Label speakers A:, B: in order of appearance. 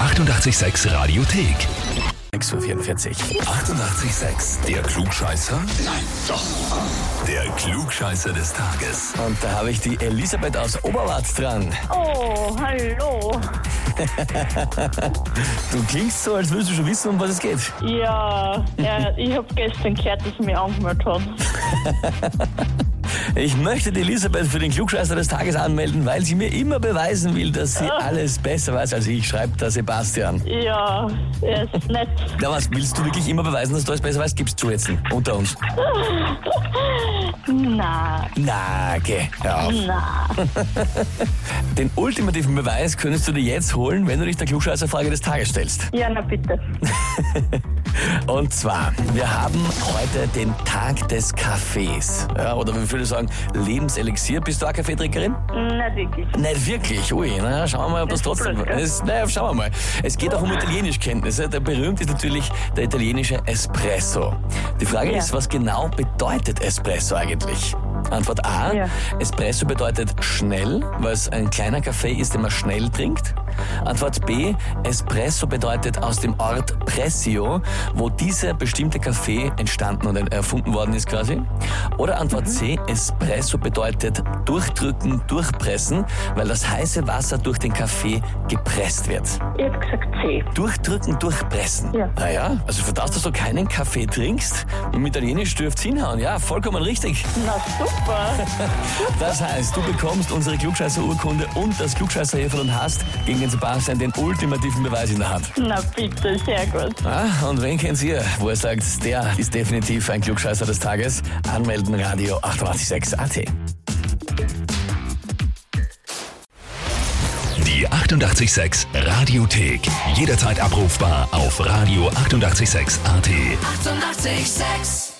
A: 886 Radiothek.
B: 644.
A: 88,6. Der Klugscheißer? Nein, doch. Der Klugscheißer des Tages.
B: Und da habe ich die Elisabeth aus Oberwart dran.
C: Oh, hallo.
B: Du klingst so, als würdest du schon wissen, um was es geht.
C: Ja, ja ich habe gestern gehört, dass sie mich angemeldet haben.
B: Ich möchte die Elisabeth für den Klugscheißer des Tages anmelden, weil sie mir immer beweisen will, dass sie alles besser weiß als ich, schreibt der Sebastian.
C: Ja, er ist nett.
B: Na was, willst du wirklich immer beweisen, dass du alles besser weißt? Gibst du jetzt unter uns?
C: Na,
B: Na, geh hör auf.
C: na.
B: Den ultimativen Beweis könntest du dir jetzt holen, wenn du dich der Klugscheißerfrage des Tages stellst.
C: Ja, na bitte.
B: Und zwar, wir haben heute den Tag des Kaffees. Ja, oder wir würden sagen, Lebenselixier. Bist du auch Kaffeetrinkerin?
C: Na wirklich.
B: Nicht wirklich, ui. Na, schauen wir mal, ob das trotzdem.
C: blöd, gell?
B: Es, naja, schauen wir mal. Es geht auch um Italienischkenntnisse. Der berühmt ist natürlich der italienische Espresso. Die Frage
C: Ja.
B: ist, was genau bedeutet Espresso eigentlich? Antwort A.
C: Ja.
B: Espresso bedeutet schnell, weil es ein kleiner Kaffee ist, den man schnell trinkt. Antwort B. Espresso bedeutet aus dem Ort Pressio, wo dieser bestimmte Kaffee entstanden und erfunden worden ist quasi. Oder
C: Mhm.
B: Antwort C. Espresso bedeutet durchdrücken, durchpressen, weil das heiße Wasser durch den Kaffee gepresst wird.
C: Ich hab gesagt C.
B: Durchdrücken, durchpressen.
C: Ja.
B: Naja, also für das, dass du keinen Kaffee trinkst, im Italienisch dürft's hinhauen. Ja, vollkommen richtig.
C: Na super.
B: Das heißt, du bekommst unsere Klugscheißer-Urkunde und das Klugscheißer-Heferl und hast gegen den Sebastian den ultimativen Beweis in der Hand.
C: Na bitte, sehr gut.
B: Ah, und wen kennt ihr, wo er sagt, der ist definitiv ein Klugscheißer des Tages? Anmelden Radio 886 AT.
A: Die 88,6 Radiothek. Jederzeit abrufbar auf radio886.at. 88,6.
D: Eighty-eight, sex.